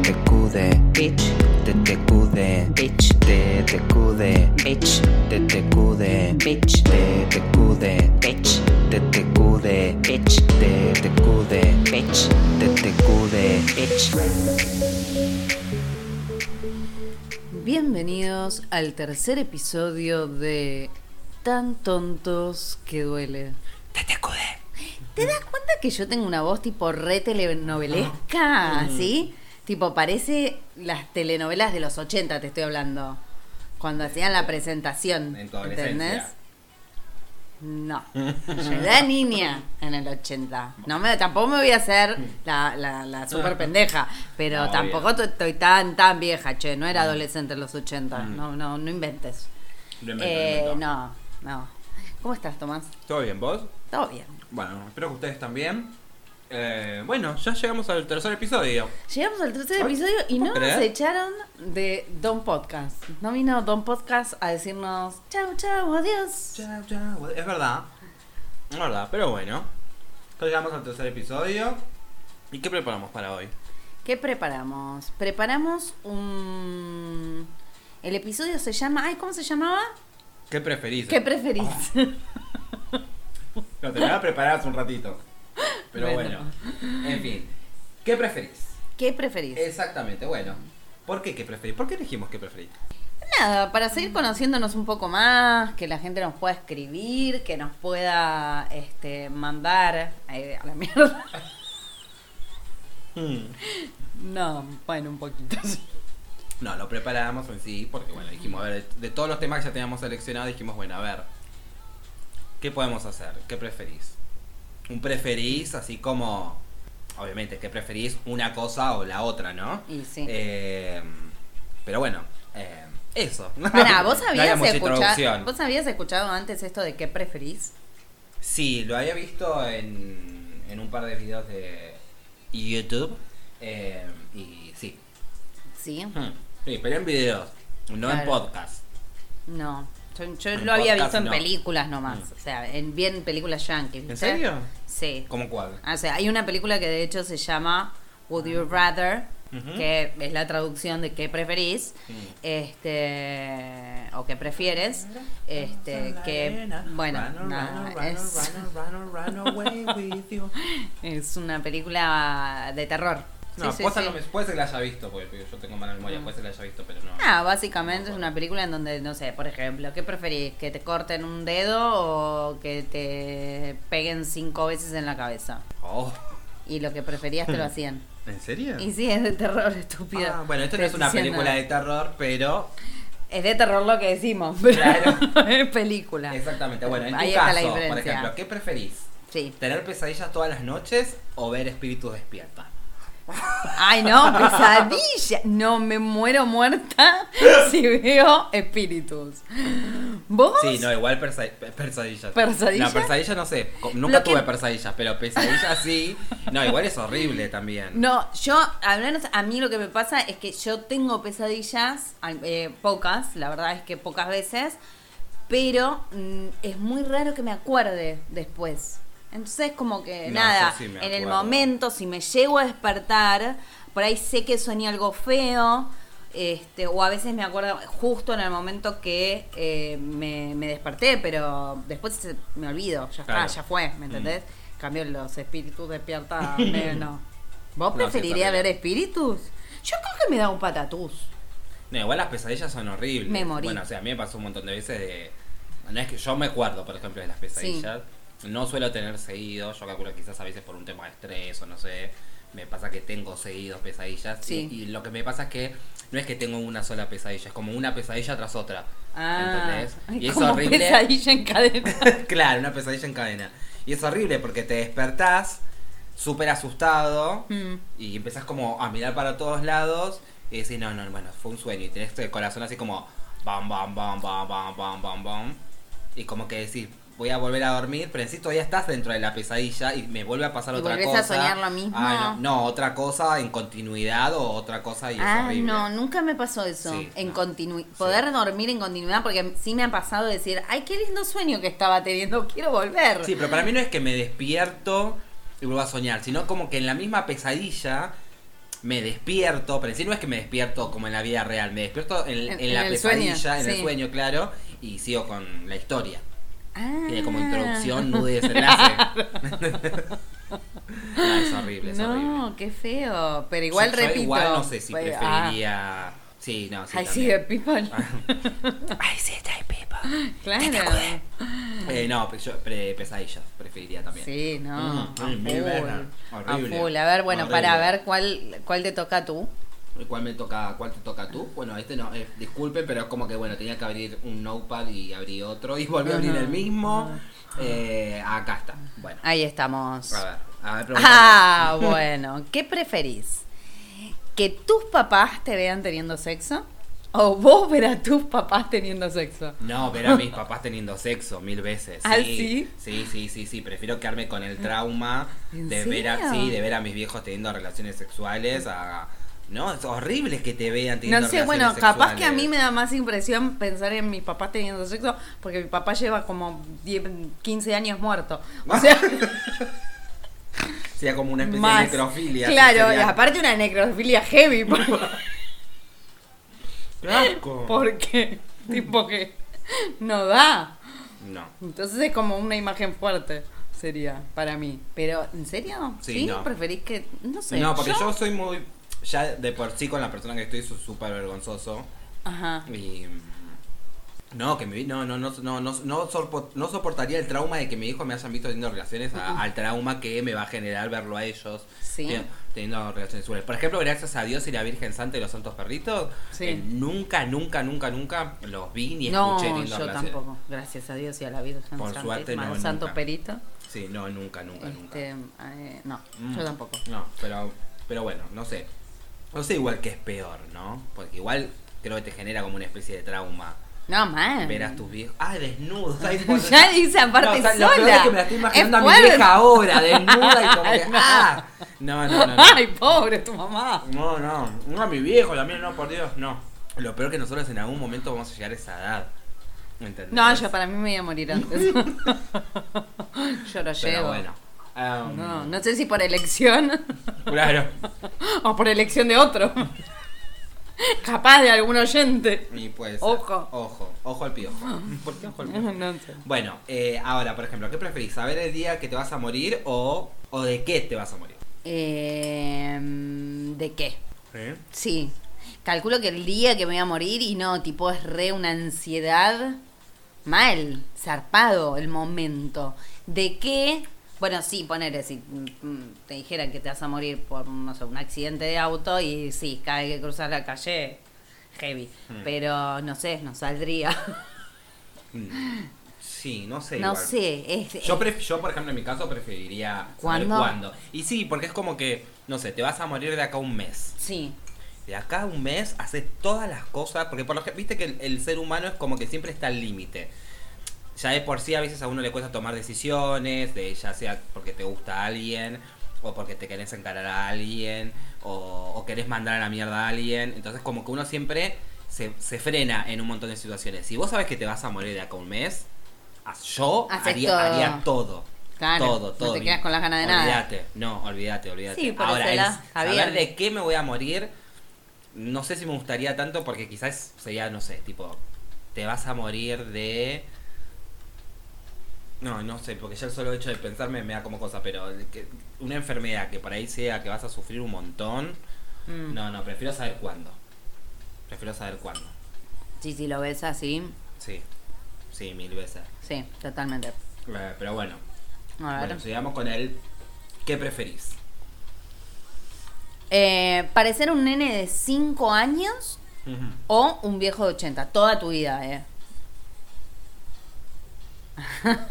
TTQD, bitch, TTQD, bitch, TTQD, bitch, TTQD, bitch, TTQD, bitch, TTQD, bitch, TTQD, bitch, TTQD. bitch. Bienvenidos al tercer episodio de Tan tontos que duele. ¿Te das cuenta que yo tengo una voz tipo re Ah. Mm. telenovelesca? ¿Sí? Tipo, parece las telenovelas de los 80, te estoy hablando. Cuando hacían la presentación. En tu adolescencia. No. Yo era niña en el 80. No me, tampoco me voy a hacer la, la, la super pendeja. Pero No, Mm. tampoco t- estoy tan tan vieja, che. No era adolescente en los 80. No, no, no inventes. Lo invento, Eh, lo Mm. invento. no, no. ¿Cómo estás, Tomás? ¿Todo bien, vos? Todo bien. Bueno, espero que ustedes también. Eh, bueno, ya llegamos al tercer episodio. Llegamos al tercer Ay, episodio y no ¿puedo creer? nos echaron de Don Podcast. No vino Don Podcast a decirnos chau, chau, adiós. Ya, ya, es verdad. Es verdad, pero bueno. Ya llegamos al tercer episodio. ¿Y qué preparamos para hoy? ¿Qué preparamos? Preparamos un... El episodio se llama... Ay, ¿cómo se llamaba? ¿Qué preferís? ¿Qué preferís? Lo te lo voy a preparar hace un ratito. Pero Bueno. bueno. En fin. ¿Qué preferís? ¿Qué preferís? Exactamente, bueno. ¿Por qué qué preferís? ¿Por qué elegimos qué preferís? Nada, para seguir conociéndonos un poco más, que la gente nos pueda escribir, que nos pueda este, mandar eh, a la mierda. No, bueno, un poquito. sí. No, lo preparamos en sí, porque bueno, dijimos, a ver, de todos los temas que ya teníamos seleccionados, dijimos, bueno, a ver, ¿qué podemos hacer? ¿Qué preferís? Un preferís, así como, obviamente, que preferís una cosa o la otra, ¿no? Y sí. Eh, pero bueno, eh, eso. Pará, ¿vos No habías, hagamos escuchado, introducción. ¿vos habías escuchado antes esto de qué preferís? Sí, lo había visto en, en un par de videos de YouTube. eh, y sí. ¿Sí? Hmm, Sí, pero en videos, no en Claro. podcast. No. Yo, yo En lo había podcast visto en no. Mm. películas nomás. O sea, en, bien películas yankees. ¿En serio? Sí. ¿Cómo cuál? O sea, hay una película que de hecho se llama Would You Rather, Ujú. que es la traducción de qué preferís, Sí. este o qué prefieres, este que bueno, nada, es, es una película de terror. No, Sí, sí, puede ser sí. Mm. no me- puede ser que la haya visto, porque yo tengo mala memoria, puede ser que la haya visto, pero no. Ah, básicamente es una película en donde, no sé, por ejemplo, ¿qué preferís? ¿Que te corten un dedo o que te peguen cinco veces en la cabeza? Oh, Y lo que preferías te lo hacían. ¿En serio? Y sí, es de terror, estúpido. Ah, bueno, esto Te no es una estoy diciendo. película de terror, pero. Es de terror lo que decimos, pero Claro. es película. Exactamente. Bueno, en tu Ahí está la caso, por diferencia. ejemplo, ¿qué preferís? Sí. ¿Tener pesadillas todas las noches o ver espíritus despierta? Ay, no, pesadilla. No, me muero muerta si veo espíritus. ¿Vos? Sí, no, igual persa- pe- pesadillas. ¿Pesadilla? No, pesadilla no sé. co- Nunca Lo que- tuve pesadillas, pero pesadillas sí. No, igual es horrible también. No, yo, al menos a mí lo que me pasa es que yo tengo pesadillas, ay, eh, pocas, la verdad es que pocas veces, pero mm, es muy raro que me acuerde después. Entonces, como que No, nada, yo sí me en el acuerdo. momento, si me llego a despertar, por ahí sé que soñé algo feo, este, o a veces me acuerdo justo en el momento que eh, me, me desperté, pero después se- me olvido, ya está, Claro. ya fue, pues, ¿me entendés? Cambio los espíritus despierta, medio no. ¿Vos No, preferirías ver sí, también. espíritus? Yo creo que me da un patatús. No, igual las pesadillas son horribles. Me morí. Bueno, o sea, a mí me pasó un montón de veces de. No es que yo me acuerdo, por ejemplo, de las pesadillas. No suelo tener seguido. Yo calculo quizás a veces por un tema de estrés o no sé. Me pasa que tengo seguidos pesadillas. Sí. Y, y lo que me pasa es que no es que tengo una sola pesadilla, es como una pesadilla tras otra. Ah, ¿Entendés? ay, Y es como horrible. pesadilla en cadena. claro, una pesadilla en cadena. Y es horrible porque te despertás súper asustado Mm. y empezás como a mirar para todos lados y decís, no, no, bueno, fue un sueño. Y tenés el corazón así como, bam, bam, bam, bam, bam, bam, bam, bam. Y como que decís, voy a volver a dormir, pero en sí todavía estás dentro de la pesadilla y me vuelve a pasar Y otra volvés cosa. a soñar lo mismo. Ah, no, no, otra cosa en continuidad o otra cosa y es Ah, horrible. no, nunca me pasó eso. Sí, en no. continui- Poder dormir en continuidad, porque sí me ha pasado decir, ay, qué lindo sueño que estaba teniendo, quiero volver. Sí, pero para mí no es que me despierto y vuelvo a soñar, sino como que en la misma pesadilla me despierto, pero en sí no es que me despierto como en la vida real, me despierto en, En- en en la el sueño, pesadilla, en el sí. sueño, claro, y sigo con la historia. Ah. Tiene como introducción, nudo y desenlace. no, es horrible, es horrible. No, qué feo. Pero igual Yo- yo repito. Igual no sé si pues, preferiría. Sí, no, sí. ah, I see también. the people. I see the people. claro. Eh, no, pe- yo pre- pesadillas preferiría también. Sí, no. Mm, a ay, muy full, buena. a Horrible. full. A ver, bueno, para Horrible. ver cuál, cuál te toca tú. ¿Y ¿Cuál me toca, cuál te toca tú? Bueno, este no, eh, disculpe, pero es como que bueno, tenía que abrir un notepad y abrí otro y volví a abrir el mismo. Eh, acá está. Bueno. Ahí estamos. A ver, a ver, pregúntame. Ah, bueno. ¿Qué preferís? ¿Que tus papás te vean teniendo sexo? ¿O vos ver a tus papás teniendo sexo? No, ver a mis papás teniendo sexo mil veces. ¿Ah, sí? Sí, sí, sí, sí. Prefiero quedarme con el trauma ¿En de ver a, serio? sí, de ver a mis viejos teniendo relaciones sexuales. A, no, es horrible que te vean teniendo No sé, relaciones bueno, capaz sexuales. que a mí me da más impresión pensar en mis papás teniendo sexo, porque mi papá lleva como 10, 15 años muerto. O sea, Sería como una especie más. de necrofilia. sí, Claro, y sería- aparte una necrofilia heavy, porque, ¡Qué asco! porque tipo que no da. No. Entonces es como una imagen fuerte, sería para mí. Pero, ¿en serio? Sí, no. ¿Preferís que.? No sé. No, porque yo... soy muy. Ya de por sí con la persona que estoy soy súper vergonzoso. Ajá. Y. mm, No, que mi vi- no, no, no, no, no, no, sorpo- no soportaría el trauma de que mi hijo me hayan visto teniendo relaciones a- al trauma que me va a generar verlo a ellos Mm. Sí. teni- teniendo relaciones sexuales. Por ejemplo, gracias a Dios y la Virgen Santa y los Santos Perritos, Sí. eh, nunca, nunca, nunca, nunca los vi ni No, escuché yo teniendo relaciones. tampoco. Gracias a Dios y a la Virgen Por Santísima, suerte, no, al nunca. Santo Perito. Sí, no, nunca, nunca, nunca. Este, eh, no, Mm. yo tampoco. No, pero, pero bueno, no sé. No sé igual que es peor, ¿no? Porque igual creo que te genera como una especie de trauma. No, man. Verás tus viejos. Ah, desnudos. ay, por- Em. ya dice aparte o sea, sola. Lo peor es que me la estoy imaginando Es a mi fuerte. vieja ahora, desnuda y como que. No. ¡Ah! No, no, no. no. Ay, pobre tu mamá. No, no. No a mi viejo también, no, por Dios, no. Lo peor que nosotros en algún momento vamos a llegar a esa edad. ¿Entendés? No, yo para mí me voy a morir antes. yo lo Pero llevo. bueno. Um, No, no sé si por elección Claro. o por elección de otro. Capaz de algún oyente. Y pues. Ojo. Ojo. Ojo al piojo. ¿Por qué ojo al piojo? No sé. Bueno, eh, ahora, por ejemplo, ¿qué preferís? ¿Saber el día que te vas a morir o, o de qué te vas a morir? Eh, ¿De qué? ¿Eh? Sí. Calculo que el día que me voy a morir y no, tipo, es re una ansiedad mal, zarpado el momento. ¿De qué? Bueno, sí, poner si mm, te dijeran que te vas a morir por, no sé, un accidente de auto y sí, cada vez que cruzas la calle, heavy. Mm. Pero no sé, no saldría. Mm. Sí, no sé. no igual. sé, es, Yo, es- pref- yo, por ejemplo, en mi caso preferiría saber ¿Cuándo? cuándo. Y sí, porque es como que, no sé, te vas a morir de acá a un mes. Sí, De acá a un mes haces todas las cosas, porque por lo que, viste que el, el ser humano es como que siempre está al límite. Ya de por sí a veces a uno le cuesta tomar decisiones, de ya sea porque te gusta a alguien, o porque te querés encarar a alguien, o, o querés mandar a la mierda a alguien. Entonces como que uno siempre se, se frena en un montón de situaciones. Si vos sabes que te vas a morir de acá a un mes, haz- yo Haces haría todo. todo. haría todo. Claro, todo, no todo. pues te quedas con las ganas de nada. Olvídate, no, olvídate, olvídate. Sí, por Ahora, eso el era, está saber bien. de qué me voy a morir no sé si me gustaría tanto porque quizás sería, no sé, tipo, te vas a morir de... No, no sé, porque ya el solo hecho de pensarme me da como cosa, pero el que- una enfermedad que por ahí sea que vas a sufrir un montón, Mm. no, no, prefiero saber cuándo. Prefiero saber cuándo. sí, sí, lo ves así. Sí, sí, mil veces. Sí, totalmente. Eh, pero bueno, A ver. bueno, sigamos con el... ¿Qué preferís? Eh, parecer un nene de 5 años o un viejo de 80, toda tu vida, eh.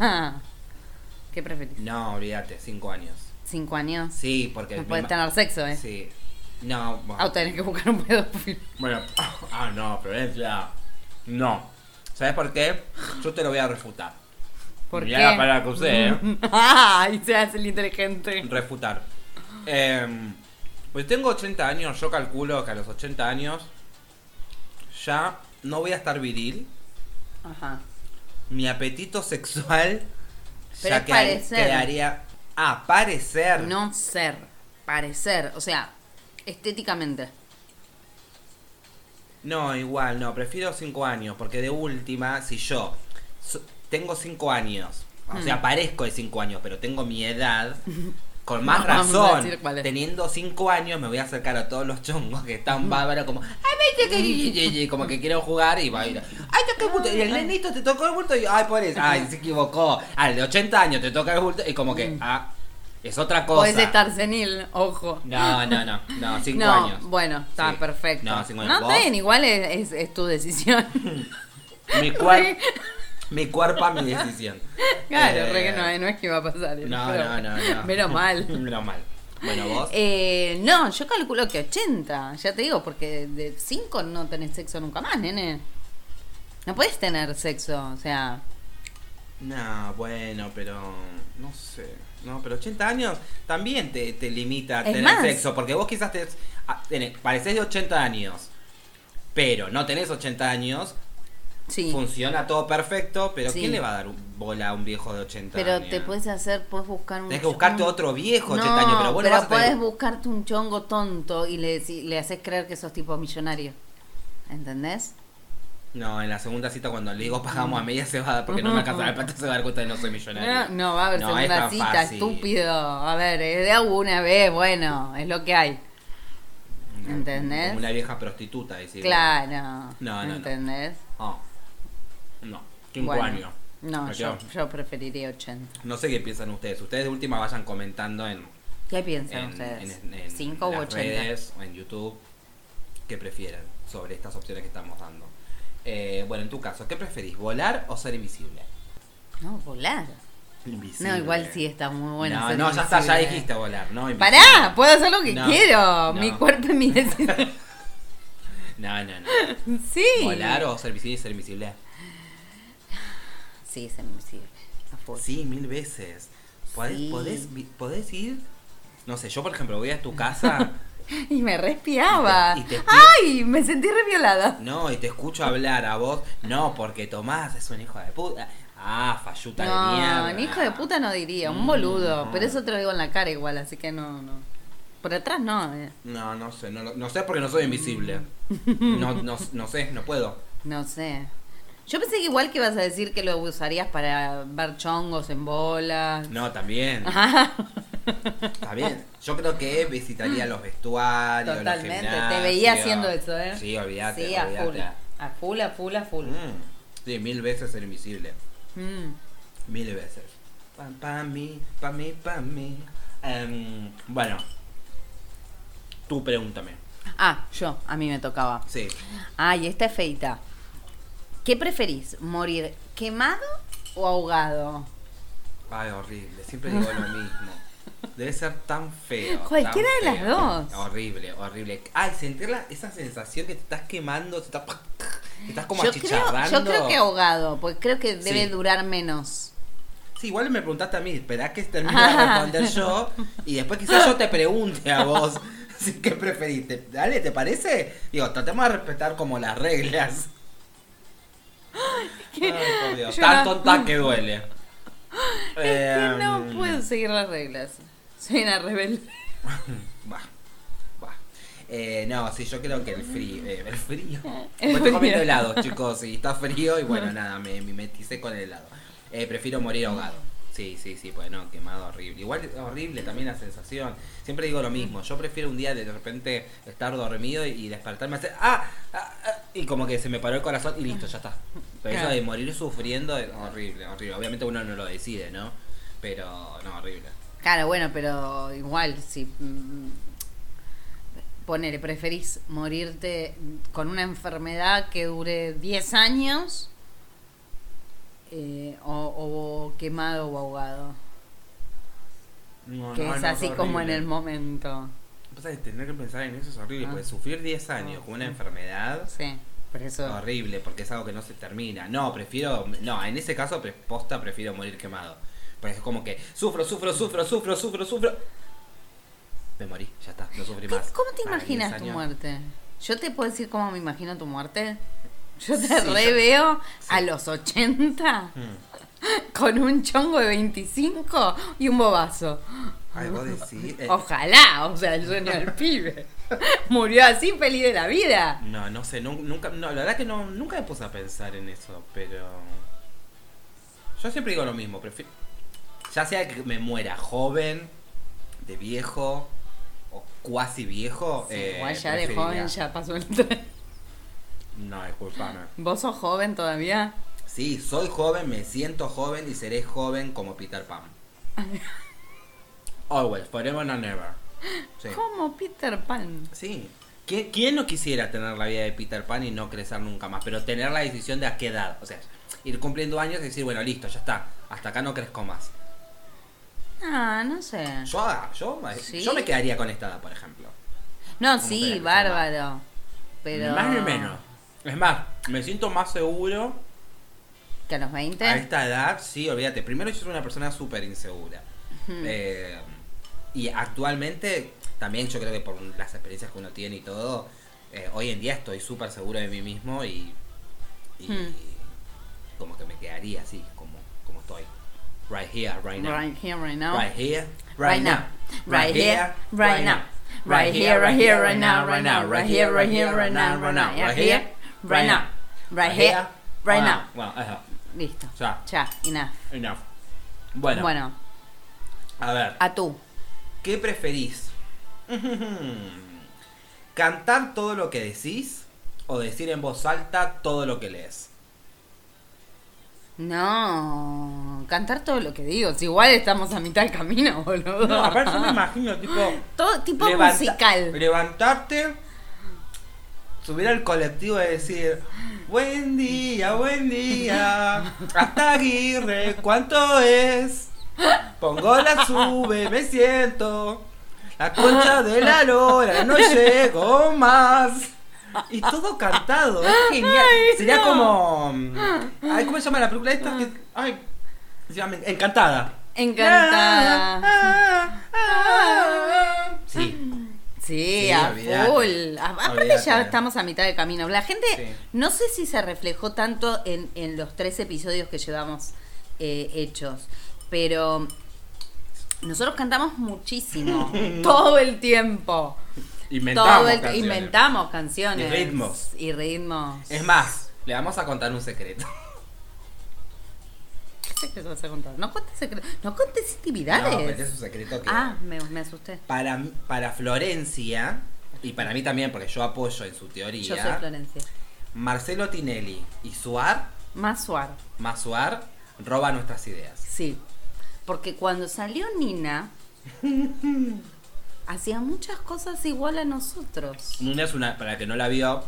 ¿Qué preferís? No, olvídate, cinco años. ¿5 años? Sí, porque... no me puedes ma- tener sexo, eh. Sí. No, bueno. Ah, o tenés que buscar un pedófilo. Bueno, ah, no, Florencia. No. ¿Sabes por qué? Yo te lo voy a refutar. ¿Por Mirá qué? la palabra que usé, ¿eh? Ay, se hace el inteligente. Refutar. Em, pues tengo 80 años, yo calculo que a los 80 años ya no voy a estar viril. Ajá. Mi apetito sexual Pero es ya queda- parecer. quedaría. Ah, parecer. No ser, parecer. O sea, Estéticamente. No, igual, no, prefiero 5 años, porque de última, si yo so- tengo 5 años, o sea, parezco de 5 años, pero tengo mi edad, con más Mm. No vamos a razón, decir cuál es. teniendo 5 años me voy a acercar a todos los chongos que están bárbaros, como, ay, vete, que- y- y- y- como que quiero jugar y va a ir, ay, toca el bulto, y el nenito te tocó el bulto, y ay, por eso, ay, se equivocó, al de 80 años te toca el bulto, y como que, ah, es otra cosa. Puedes Mm. estar senil, ojo. No, no, no, no, 5 no, años. bueno, está Sí. perfecto. No, cinco años. No, Vos- está bien, igual es, es- es tu decisión. Mi, cuer mi cuerpo, mi decisión. claro, Eh, re que no, eh, no es que va a pasar. eso, No, pero- no, no, no. Menos mal. Menos mal. Bueno, vos. Eh, no, yo calculo que 80, ya te digo, porque de 5 no tenés sexo nunca más, nene. No puedes tener sexo, o sea, No, bueno, pero. No sé. No, pero 80 años también te, te limita a Es tener más. sexo. Porque vos quizás te, a- tenés- parecés de 80 años. Pero no tenés 80 años. sí. Funciona todo perfecto. Pero Sí. ¿quién le va a dar un- bola a un viejo de 80 Pero años? te puedes hacer, puedes buscar un. Tenés que buscarte chongo. otro viejo de No, 80 años. Pero vos no vas a tener- podés buscarte un chongo tonto y le, decí- le haces creer que sos tipo millonario. ¿Entendés? No, en la segunda cita cuando le digo pagamos a media se va a dar porque no me alcanza la plata se va a dar cuenta de que no soy millonario. No, no, va a haber No, es segunda tan cita, fácil. estúpido. A ver, es de alguna vez, bueno, es lo que hay. No, ¿Entendés? Como una vieja prostituta, decir. Claro. No, no, no. ¿Entendés? Oh. No, cinco Bueno, años. No, Me yo, quedo. yo preferiría 80. No sé qué piensan ustedes. Ustedes de última vayan comentando en, ¿Qué piensan en, ustedes? en- en 5 u las 80. redes o en YouTube que prefieran sobre estas opciones que estamos dando. Eh, bueno, en tu caso, ¿qué preferís? ¿Volar o ser invisible? No, volar. Invisible. No, igual sí está muy bueno. No, ser no, ya está, ya invisible. dijiste volar, ¿no? invisible. Pará, puedo hacer lo que No, quiero. no. Mi cuerpo es mi decisión. No, no, no. Sí. ¿Volar o ser visible y ser invisible? Sí, es invisible. A full. Pues Sí, mil veces. Podés, Sí. podés, vi- podés ir. No sé, yo por ejemplo voy a tu casa. Y me respiaba. Y te- y te- ¡Ay! Me sentí re violada. no, y te escucho hablar a vos. No, porque Tomás es un hijo de puta. Ah, falluta de No, mierda. un hijo de puta no diría, un Mm, boludo. no. Pero eso te lo digo en la cara igual, así que no, no. Por atrás no. eh. No, no sé, no, lo- no sé porque no soy invisible. No, no, no sé, no puedo. No sé. Yo pensé que igual que ibas a decir que lo usarías para ver chongos en bolas. No, también. También. Yo creo que visitaría los vestuarios, Totalmente. los Te veía gimnasios. haciendo eso, ¿eh? Sí, olvídate. Sí, a full. olvídate. A full, a full, a full. Mm, Sí, mil veces ser invisible. Mm. Mil veces. Pam, pam, mi, pam, mi, pam, mi. Em, bueno, tú pregúntame. Ah, yo, a mí me tocaba. Sí. Ay, esta es feita. ¿Qué preferís? ¿Morir quemado o ahogado? Ay, horrible. Siempre digo lo mismo. Debe ser tan feo. tan Cualquiera de feo. las dos. Horrible, horrible. Ay, sentir la- esa sensación que te estás quemando, te estás, te estás como yo, creo, achicharrando. yo creo que ahogado, porque creo que debe Sí. durar menos. Sí, igual me preguntaste a mí, esperá que termine de responder yo y después quizás yo te pregunte a vos si qué preferiste. Dale, ¿te parece? Digo, tratemos de respetar como las reglas. Ay, por Dios. yo Tanto no- tan que duele. Es que no Em, puedo seguir las reglas. Soy una rebelde. Bah, bah. Eh, no, sí, yo creo que el frío. eh, el frío. El Pues estoy comiendo frío. helado, chicos, y está frío y bueno, nada, me mimeticé con el helado. Eh, prefiero morir ahogado. Sí, sí, sí, pues no, quemado horrible. Igual es horrible también la sensación. Siempre digo lo mismo. Yo prefiero un día de repente estar dormido y despertarme hacer ¡Ah! ah, ah", y como que se me paró el corazón y listo, ya está. Pero eso Claro. de morir sufriendo es horrible, horrible. Obviamente uno no lo decide, ¿no? Pero no, horrible. Claro, bueno, pero igual, si. mm, Ponele, preferís morirte con una enfermedad que dure 10 años eh, o, o quemado o ahogado. No, que no, es no, así como en horrible. el momento. Pasa que tener que pensar en eso es horrible, Ah. porque sufrir 10 años con una enfermedad Sí, por es eso. horrible, porque es algo que no se termina. No, prefiero, no, en ese caso, pre- posta, prefiero morir quemado. Porque es como que sufro, sufro, sufro, sufro, sufro, sufro. Me morí, ya está, no sufrí ¿Qué- más. ¿Cómo te Para 10 imaginas tu años. muerte? Yo te puedo decir cómo me imagino tu muerte. Yo te Sí, yo- reveo a sí. los 80 Mm. con un chongo de 25 y un bobazo. Ay, vos decís. eh, Ojalá, o sea, el sueño del pibe. Murió así feliz de la vida. No, no sé, nun- nunca, no, la verdad que no, nunca me puse a pensar en eso, pero. Yo siempre digo lo mismo, prefiero. Ya sea que me muera joven, de viejo, o cuasi viejo. Sí, eh, igual ya de preferiría- joven ya pasó el tren. No, disculpame. ¿Vos sos joven todavía? Sí, soy joven, me siento joven y seré joven como Peter Pan. Always, forever and never. Sí. Como Peter Pan. Sí. ¿Qui- ¿Quién no quisiera tener la vida de Peter Pan y no crecer nunca más? Pero tener la decisión de a qué edad. O sea, ir cumpliendo años y decir, bueno, listo, ya está. Hasta acá no crezco más. Ah, no sé. Yo, ah, yo, Sí. yo me quedaría con esta edad, por ejemplo. No, ¿Cómo te sí, la bárbaro. Pero. Ni más ni menos. Es más, me siento más seguro ¿Que a los 20? a esta edad. Sí, olvídate. Primero yo soy una persona súper insegura. Eh, y actualmente, también yo creo que por las experiencias que uno tiene y todo, eh, hoy en día estoy súper seguro de mí mismo y, y Hmm. como que me quedaría así, como, como estoy. Right here, right now. Right here, right now. Right here, Right now. Right here, right now. Right here, right here, right now, right now. Right here, right here, right now, right now. Right here, right now. Right here, right now. Bueno, eso, Listo. Ya. Ya, y nada. enough. Bueno, Bueno, a ver, a tú. ¿qué preferís? ¿Cantar todo lo que decís o decir en voz alta todo lo que lees? No, cantar todo lo que digo. Si igual estamos a mitad del camino, boludo. No, aparte yo me imagino, tipo, Todo tipo Levanta- musical. Levantarte, subir al colectivo y decir, buen día, buen día, hasta Aguirre, ¿cuánto es? Pongo la sube, me siento, la concha de la lora, no llego más. Y todo cantado, es genial. Ay, Sería no. Ah. como... ay, ¿Cómo se llama la película esta? Que- ay, se llama Encantada. Encantada. Ah, ah, ah. Sí. Sí, Sí, a olvidate. full. A- Aparte ya Olvidate. estamos a mitad de camino. La gente, Sí. no sé si se reflejó tanto en, en los tres episodios que llevamos eh, hechos, pero nosotros cantamos muchísimo, todo el tiempo. Inventamos. todo el- canciones. inventamos canciones. Y ritmos. Y ritmos. Es más, le vamos a contar un secreto. ¿Qué secreto vas a contar? No contes secretos, no contes No, pero este intimidades. es un secreto que ah, me, me asusté. para, mí- para Florencia, y para mí también, porque yo apoyo en su Yo soy teoría, Florencia. Marcelo Tinelli y Suar, Más suave. más Suar, roba nuestras ideas. Sí, porque cuando salió Nina, hacía muchas cosas igual a nosotros. Nuna es una, para el que no la vio,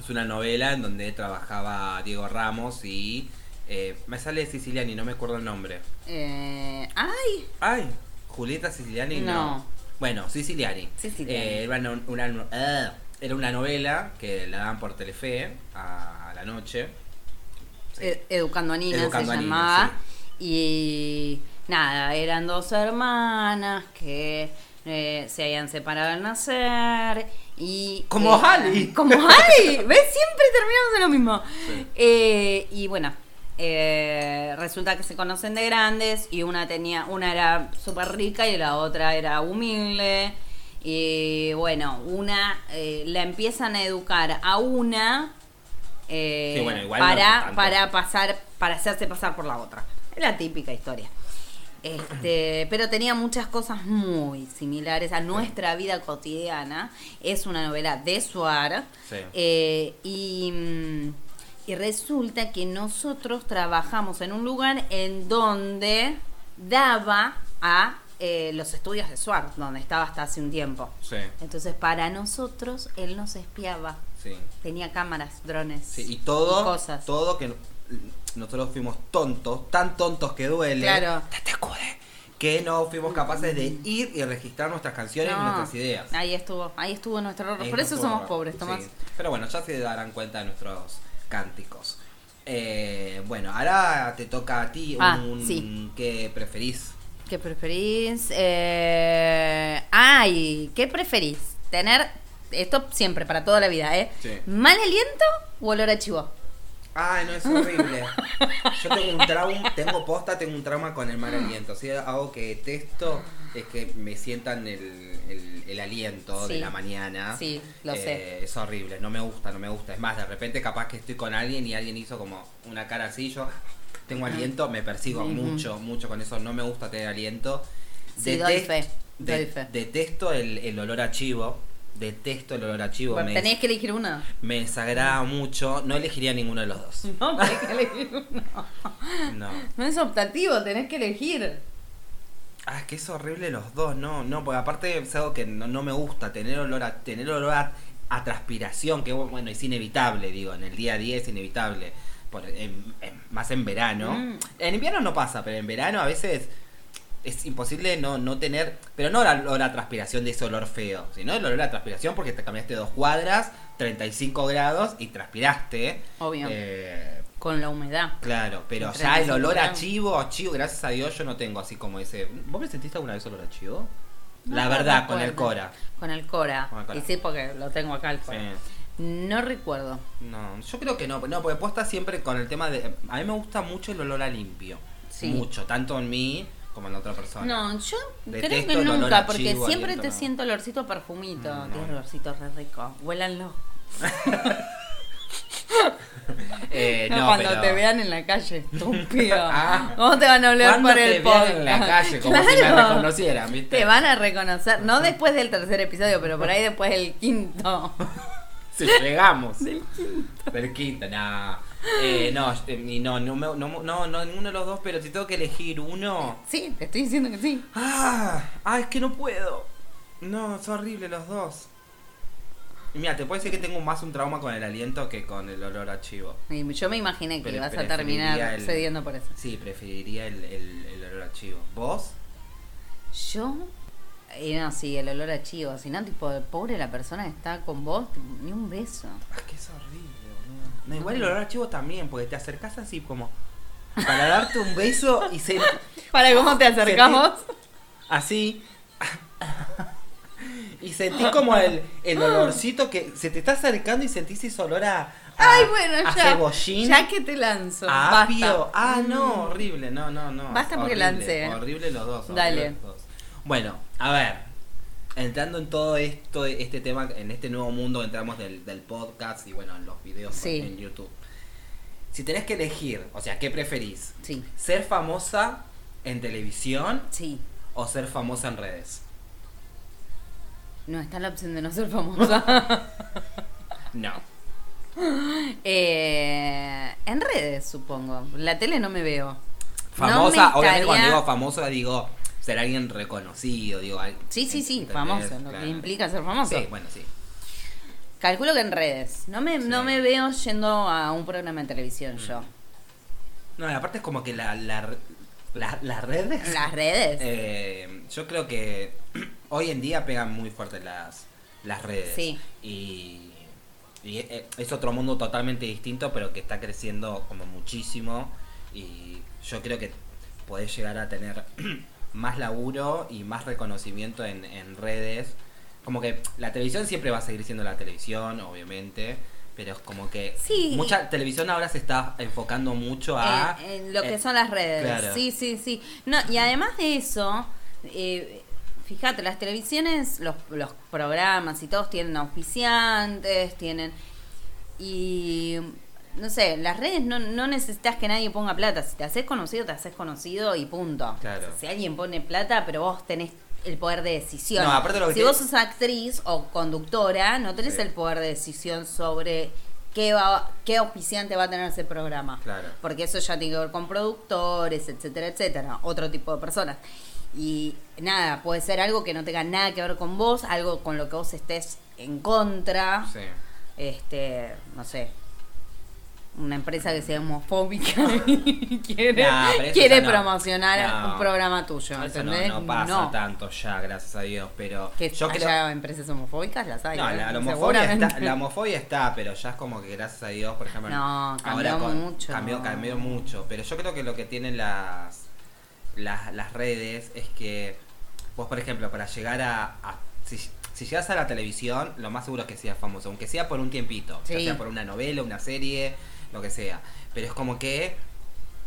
es una novela en donde trabajaba Diego Ramos y eh, me sale Siciliani, no me acuerdo el nombre. Eh, ¡Ay! Ay, Julieta Siciliani no. No. Bueno, Siciliani. Siciliani. Eh, era, una, una- ah, era una novela que la daban por Telefe a, la noche. Sí. E- Educando a Nina Educando a se Nina, llamaba. Y nada, eran dos hermanas que eh, se habían separado al nacer. Y, Como eh, Ali. Como Ali. ¿Ves? Siempre terminamos en lo mismo. Eh, y bueno, eh, resulta que se conocen de grandes y una tenía, una era súper rica y la otra era humilde. Y bueno, una eh, la empiezan a educar a una eh, Sí, bueno, igual no para, tanto. para pasar, para hacerse pasar por la otra. Es la típica historia. Este, pero tenía muchas cosas muy similares a nuestra vida cotidiana. Es una novela de Suar. Sí. Eh, y, mm, y resulta que nosotros trabajamos en un lugar en donde daba a eh, los estudios de Suar, donde estaba hasta hace un tiempo. Sí. Entonces, para nosotros, él nos espiaba. Sí. Tenía cámaras, drones. Sí, Y todo, y cosas. todo que nosotros fuimos tontos, tan tontos que duele. Claro. Te acude. Que no fuimos capaces de ir y registrar nuestras canciones y No, nuestras ideas. Ahí estuvo, ahí estuvo nuestro error. Ahí Por nos eso borra. somos pobres, Tomás. Sí. Pero bueno, ya se darán cuenta de nuestros cánticos. Eh, bueno, ahora te toca a ti Ah, un sí. que preferís. ¿Qué preferís? Eh, Ay, ¿qué preferís? Tener, esto siempre, para toda la vida, ¿eh? Sí. ¿Mal aliento o olor a chivo? Ay, no, es horrible. Yo tengo un trauma, tengo posta, tengo un trauma con el mal aliento. Si algo que detesto es que me sientan el, el- el aliento de Sí. la mañana. Eh, Sí, lo sé. Es horrible, no me gusta, no me gusta. Es más, de repente capaz que estoy con alguien y alguien hizo como una cara así, yo tengo aliento, me persigo Ujú. mucho, mucho con eso. No me gusta tener aliento. Sí, doy fe, doy fe. Detesto el, el olor a chivo. Detesto el olor a chivo. Bueno, me- tenés que elegir una. me desagrada mucho, no elegiría ninguno de los dos. No, tenés que elegir una. No. No es optativo, tenés que elegir. Ah, es que es horrible los dos, no, no, porque aparte es algo que no, no me gusta, tener olor a, tener olor a, a transpiración, que bueno, es inevitable, digo, en el día a día es inevitable. Por- en- en- más en verano. Mm. En invierno no pasa, pero en verano a veces es imposible no, no tener, pero no el olor a transpiración de ese olor feo, sino el olor a transpiración porque te caminaste dos cuadras, 35 grados y transpiraste. Obvio. Eh, Con la humedad. Claro, pero Entre ya el los olor a gramos. chivo, a chivo, gracias a Dios yo no tengo así como ese. ¿Vos me sentiste alguna vez olor a chivo? No la me verdad, acuerdo. con el Cora. Con el Cora. Con el Cora. Y sí, porque lo tengo acá el Sí. Cora. No recuerdo. No, yo creo que no, no, porque posta siempre con el tema de. A mí me gusta mucho el olor a limpio. Sí. Mucho, tanto en mí como en la otra persona. No, yo creo Detesto que el olor nunca, a porque chivo, siempre aliento, te no. siento olorcito a perfumito. Mm, no. Tiene olorcito re rico. Huélanlo. Eh, No, no, cuando pero- te vean en la calle, estúpido. Ah. ¿Cómo te van a oler Cuando por te el vean podcast? en la calle, como si me Claro. reconocieran, ¿viste? Te van a reconocer, no después del tercer episodio, pero por ahí después del quinto. Si llegamos. Del quinto. Del quinto, no. Eh, no, eh, y no, no, me- no, no, no, ninguno de los dos, pero si tengo que elegir uno. Sí, te estoy diciendo que sí. Ah, ah, es que no puedo. No, es horrible los dos. Y Mira, te puedo decir que tengo más un trauma con el aliento que con el olor a chivo. Y yo me imaginé que Pero ibas a preferiría terminar el- cediendo por eso. Sí, preferiría el, el- el olor a chivo. ¿Vos? Yo, y no, sí, el olor a chivo, si no, tipo, pobre la persona que está con vos, tipo, ni un beso. Ah, que es horrible, boludo. No, igual el olor a chivo también, porque te acercás así como para darte un beso y se... Para cómo te acercamos. Así. Y sentí como el, el olorcito que se te está acercando y sentís ese olor a, a- Ay, bueno, a ya. cebollín. Ya que te lanzo. Ah, basta. Mm. apio. Ah, no, horrible. No, no, no. Basta porque Horrible, lancé. Horrible los dos. horrible Dale. los dos. Bueno, a ver. Entrando en todo esto, este tema, en este nuevo mundo que entramos del, del podcast y bueno, en los videos Sí. en YouTube. Si tenés que elegir, o sea, ¿qué preferís? Sí, ¿Ser famosa en televisión sí. o ser famosa en redes? No está la opción de no ser famosa. No. Eh, en redes, supongo. La tele no me veo. Famosa, No me obviamente cuando estaría- digo famosa digo ser alguien reconocido, digo. al- Sí, sí, sí, ¿entendés? famoso, lo Claro. que implica ser famoso. Sí, bueno, sí. Calculo que en redes. No me, no Sí. Mm. me veo yendo a un programa de televisión yo. No, y aparte es como que la, la, la- las redes. Las redes. Este. Eh, yo creo que hoy en día pegan muy fuerte las, las redes. Sí. Y, y e- es otro mundo totalmente distinto, pero que está creciendo como muchísimo. Y yo creo que podés llegar a tener más laburo y más reconocimiento en, en redes. Como que la televisión siempre va a seguir siendo la televisión, obviamente. Pero es como que Sí. mucha televisión ahora se está enfocando mucho a... en, en lo que eh, son las redes. claro. Sí, sí, sí. No, y además de eso, eh, fíjate, las televisiones, los, los programas y todos tienen auspiciantes, tienen... Y no sé, las redes no, no necesitas que nadie ponga plata. Si te haces conocido, te haces conocido y punto. Claro. Si alguien pone plata, pero vos tenés el poder de decisión. No, aparte lo que si tiene- vos sos actriz o conductora, no tenés Sí. el poder de decisión sobre qué, va, qué auspiciante va a tener ese programa Claro. porque eso ya tiene que ver con productores, etcétera, etcétera, otro tipo de personas. Y nada, puede ser algo que no tenga nada que ver con vos, algo con lo que vos estés en contra, Sí. este, no sé, una empresa que sea homofóbica y quiere, Ah. Nah, pero eso quiere ya no. promocionar No. un programa tuyo, Eso no, ¿entendés? no pasa No. tanto ya, gracias a Dios, pero Que yo creo... haya empresas homofóbicas, las hay. No, ¿eh? la, la homofobia está, Seguramente. la homofobia está, pero ya es como que gracias a Dios, por ejemplo... No, cambió mucho. Cambió, cambió mucho, pero yo creo que lo que tienen las, las, las redes es que vos, por ejemplo, para llegar a... a- si, si llegas a la televisión, lo más seguro es que seas famoso, aunque sea por un tiempito, ya Sí. sea por una novela, una serie, lo que sea. Pero es como que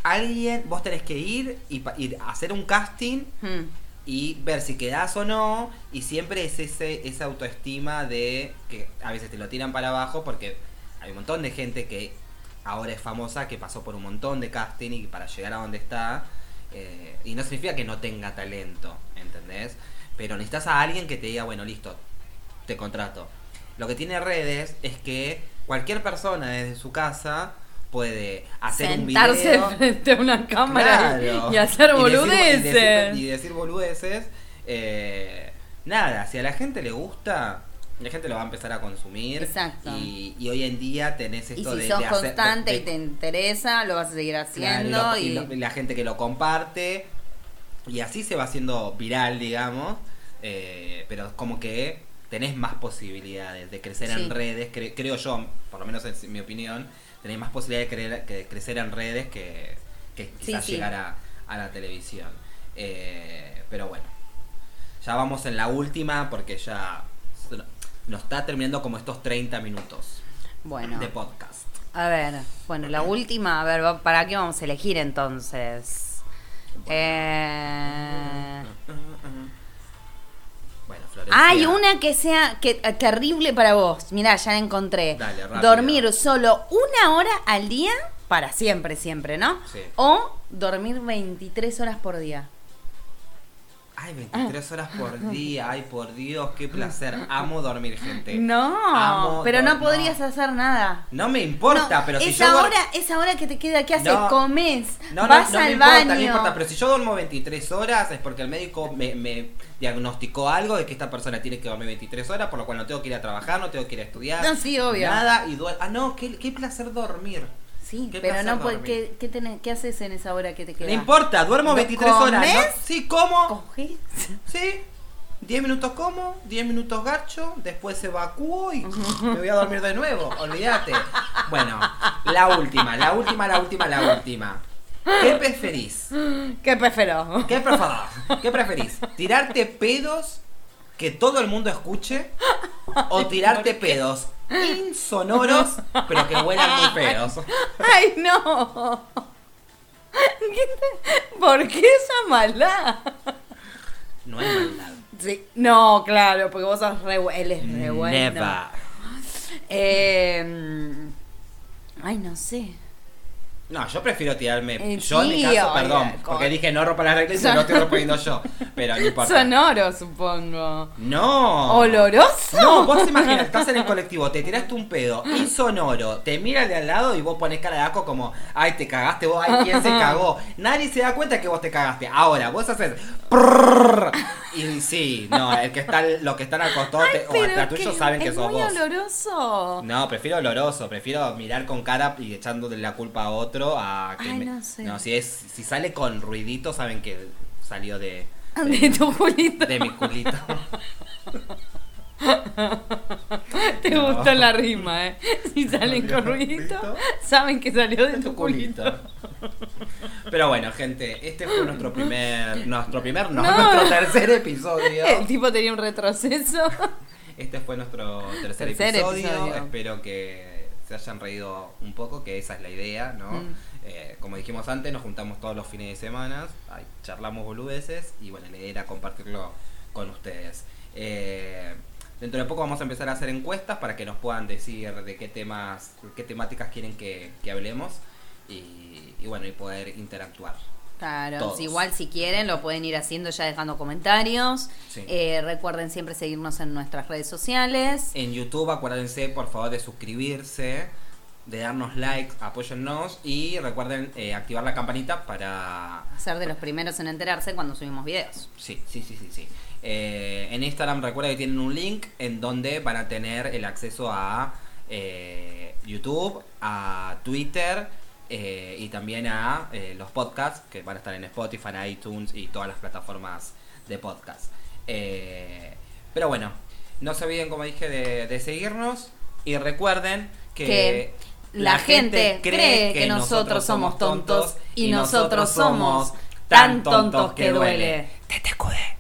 alguien, vos tenés que ir y pa- ir a hacer un casting Hmm. y ver si quedás o no. Y siempre es ese, esa autoestima de que a veces te lo tiran para abajo porque hay un montón de gente que ahora es famosa, que pasó por un montón de casting y para llegar a donde está. eh, y no significa que no tenga talento, ¿entendés? Pero necesitas a alguien que te diga, bueno, listo, te contrato. Lo que tiene redes es que cualquier persona desde su casa puede hacer un Sentarse video. frente a una cámara y- Claro. y hacer Y decir- boludeces. Y decir, y decir boludeces. eh, nada, si a la gente le gusta, la gente lo va a empezar a consumir. Exacto. Y, y hoy en día tenés Y esto de. si de sos hacer- de- constante de- y te interesa, lo vas a seguir claro, y haciendo. lo- y y lo- y la gente que lo comparte. Y así se va haciendo viral, digamos. eh, pero como que tenés más posibilidades de crecer Sí. en redes, cre- creo yo, por lo menos es mi opinión, tenés más posibilidades de, creer- que de crecer en redes que, que quizás sí. llegar a, a la televisión. Eh, pero bueno, ya vamos en la última porque ya se- nos está terminando como estos 30 minutos Bueno, de podcast. a ver, bueno, la última, a ver, va- ¿para qué vamos a elegir entonces? Eh, Bueno, Florencia. Hay una que sea que, eh, terrible para vos. Mirá, ya la encontré. Dale, rápido. dormir solo una hora al día, para siempre, siempre, ¿no? Sí. O dormir 23 horas por día. Ah. Ay, 23 horas por día. Ay, por Dios, qué placer. Amo dormir, gente. No, Amo pero no dormir. podrías hacer nada. No me importa, No, pero si esa yo. dor- hora, esa hora que te queda, ¿qué haces? No. Comes, No, no, vas no me al importa, baño. no importa, pero si yo duermo 23 horas es porque el médico me, me diagnosticó algo de que esta persona tiene que dormir 23 horas, por lo cual no tengo que ir a trabajar, no tengo que ir a estudiar. No, sí, obvio. Nada, y duer- Ah, no, qué, qué placer dormir. Sí, Qué pero placer no, dormir. porque ¿qué, qué tenés- qué haces en esa hora que te queda? No importa, duermo ¿No 23 horas. ¿no? comes? Sí, como. ¿Cogés? Sí. 10 minutos como, 10 minutos garcho, después evacúo y me voy a dormir de nuevo, olvídate. Bueno, la última, la última, la última, la última. ¿Qué preferís? ¿Qué prefiero? ¿Qué preferís? ¿Qué preferís? ¿Tirarte pedos que todo el mundo escuche? ¿O tirarte pedos insonoros pero que huelan muy feos? ¡Ay, no! ¿Qué te- ¿Por qué esa maldad? No es maldad. Sí, no, claro, porque vos sos re, bu- él es re bueno. Neva. Eh, ay, no sé. No, yo prefiero tirarme. Eh, yo en mi sí, caso, oye, perdón, con- porque dije no rompa las reglas y no estoy rompiendo yo. Pero no importa. Sonoro, supongo. No. ¿Oloroso? No, vos imaginas, estás en el colectivo, te tiraste un pedo insonoro, te mira el de al lado y vos pones cara de aco como, ay, te cagaste vos, ay, ¿quién se cagó? Nadie se da cuenta que vos te cagaste. Ahora, vos haces prrrr, y sí, no, el que está, los que están acostados te- o Pero atrás tuyo saben que es sos muy vos. oloroso. No, prefiero oloroso, prefiero mirar con cara y echándole la culpa a otro a que Ay, me- no sé. si es si sale con ruidito saben que salió de De tu culito. de mi culito. Te No. gustó la rima, ¿eh? Si salen con ruidito, ruidito. saben que salió de de tu culito. Pero bueno, gente, este fue nuestro primer nuestro primer no, No. nuestro tercer episodio. El tipo tenía un retroceso. Este fue nuestro tercer, Tercer episodio. episodio. Espero que se hayan reído un poco, que esa es la idea, ¿no? Mm. Eh, como dijimos antes, nos juntamos todos los fines de semana, ahí charlamos boludeces y bueno, la idea era compartirlo con ustedes. Eh, dentro de poco vamos a empezar a hacer encuestas para que nos puedan decir de qué temas, qué temáticas quieren que, que hablemos y, y bueno, y poder interactuar. Claro, Todos. si igual si quieren lo pueden ir haciendo ya dejando comentarios. Sí. Eh, recuerden siempre seguirnos en nuestras redes sociales. En YouTube, acuérdense por favor de suscribirse, de darnos likes, apóyennos y recuerden eh, activar la campanita para... Ser de los primeros en enterarse cuando subimos videos. Sí, sí, sí, sí, sí. Eh, en Instagram recuerda que tienen un link en donde van a tener el acceso a eh, YouTube, a Twitter eh, y también a eh, los podcasts que van a estar en Spotify, en iTunes y todas las plataformas de podcast. Eh, pero bueno, no se olviden, como dije, de, de seguirnos y recuerden que... Que la gente cree que nosotros somos tontos y nosotros somos tan tontos que duele. Te te cuide.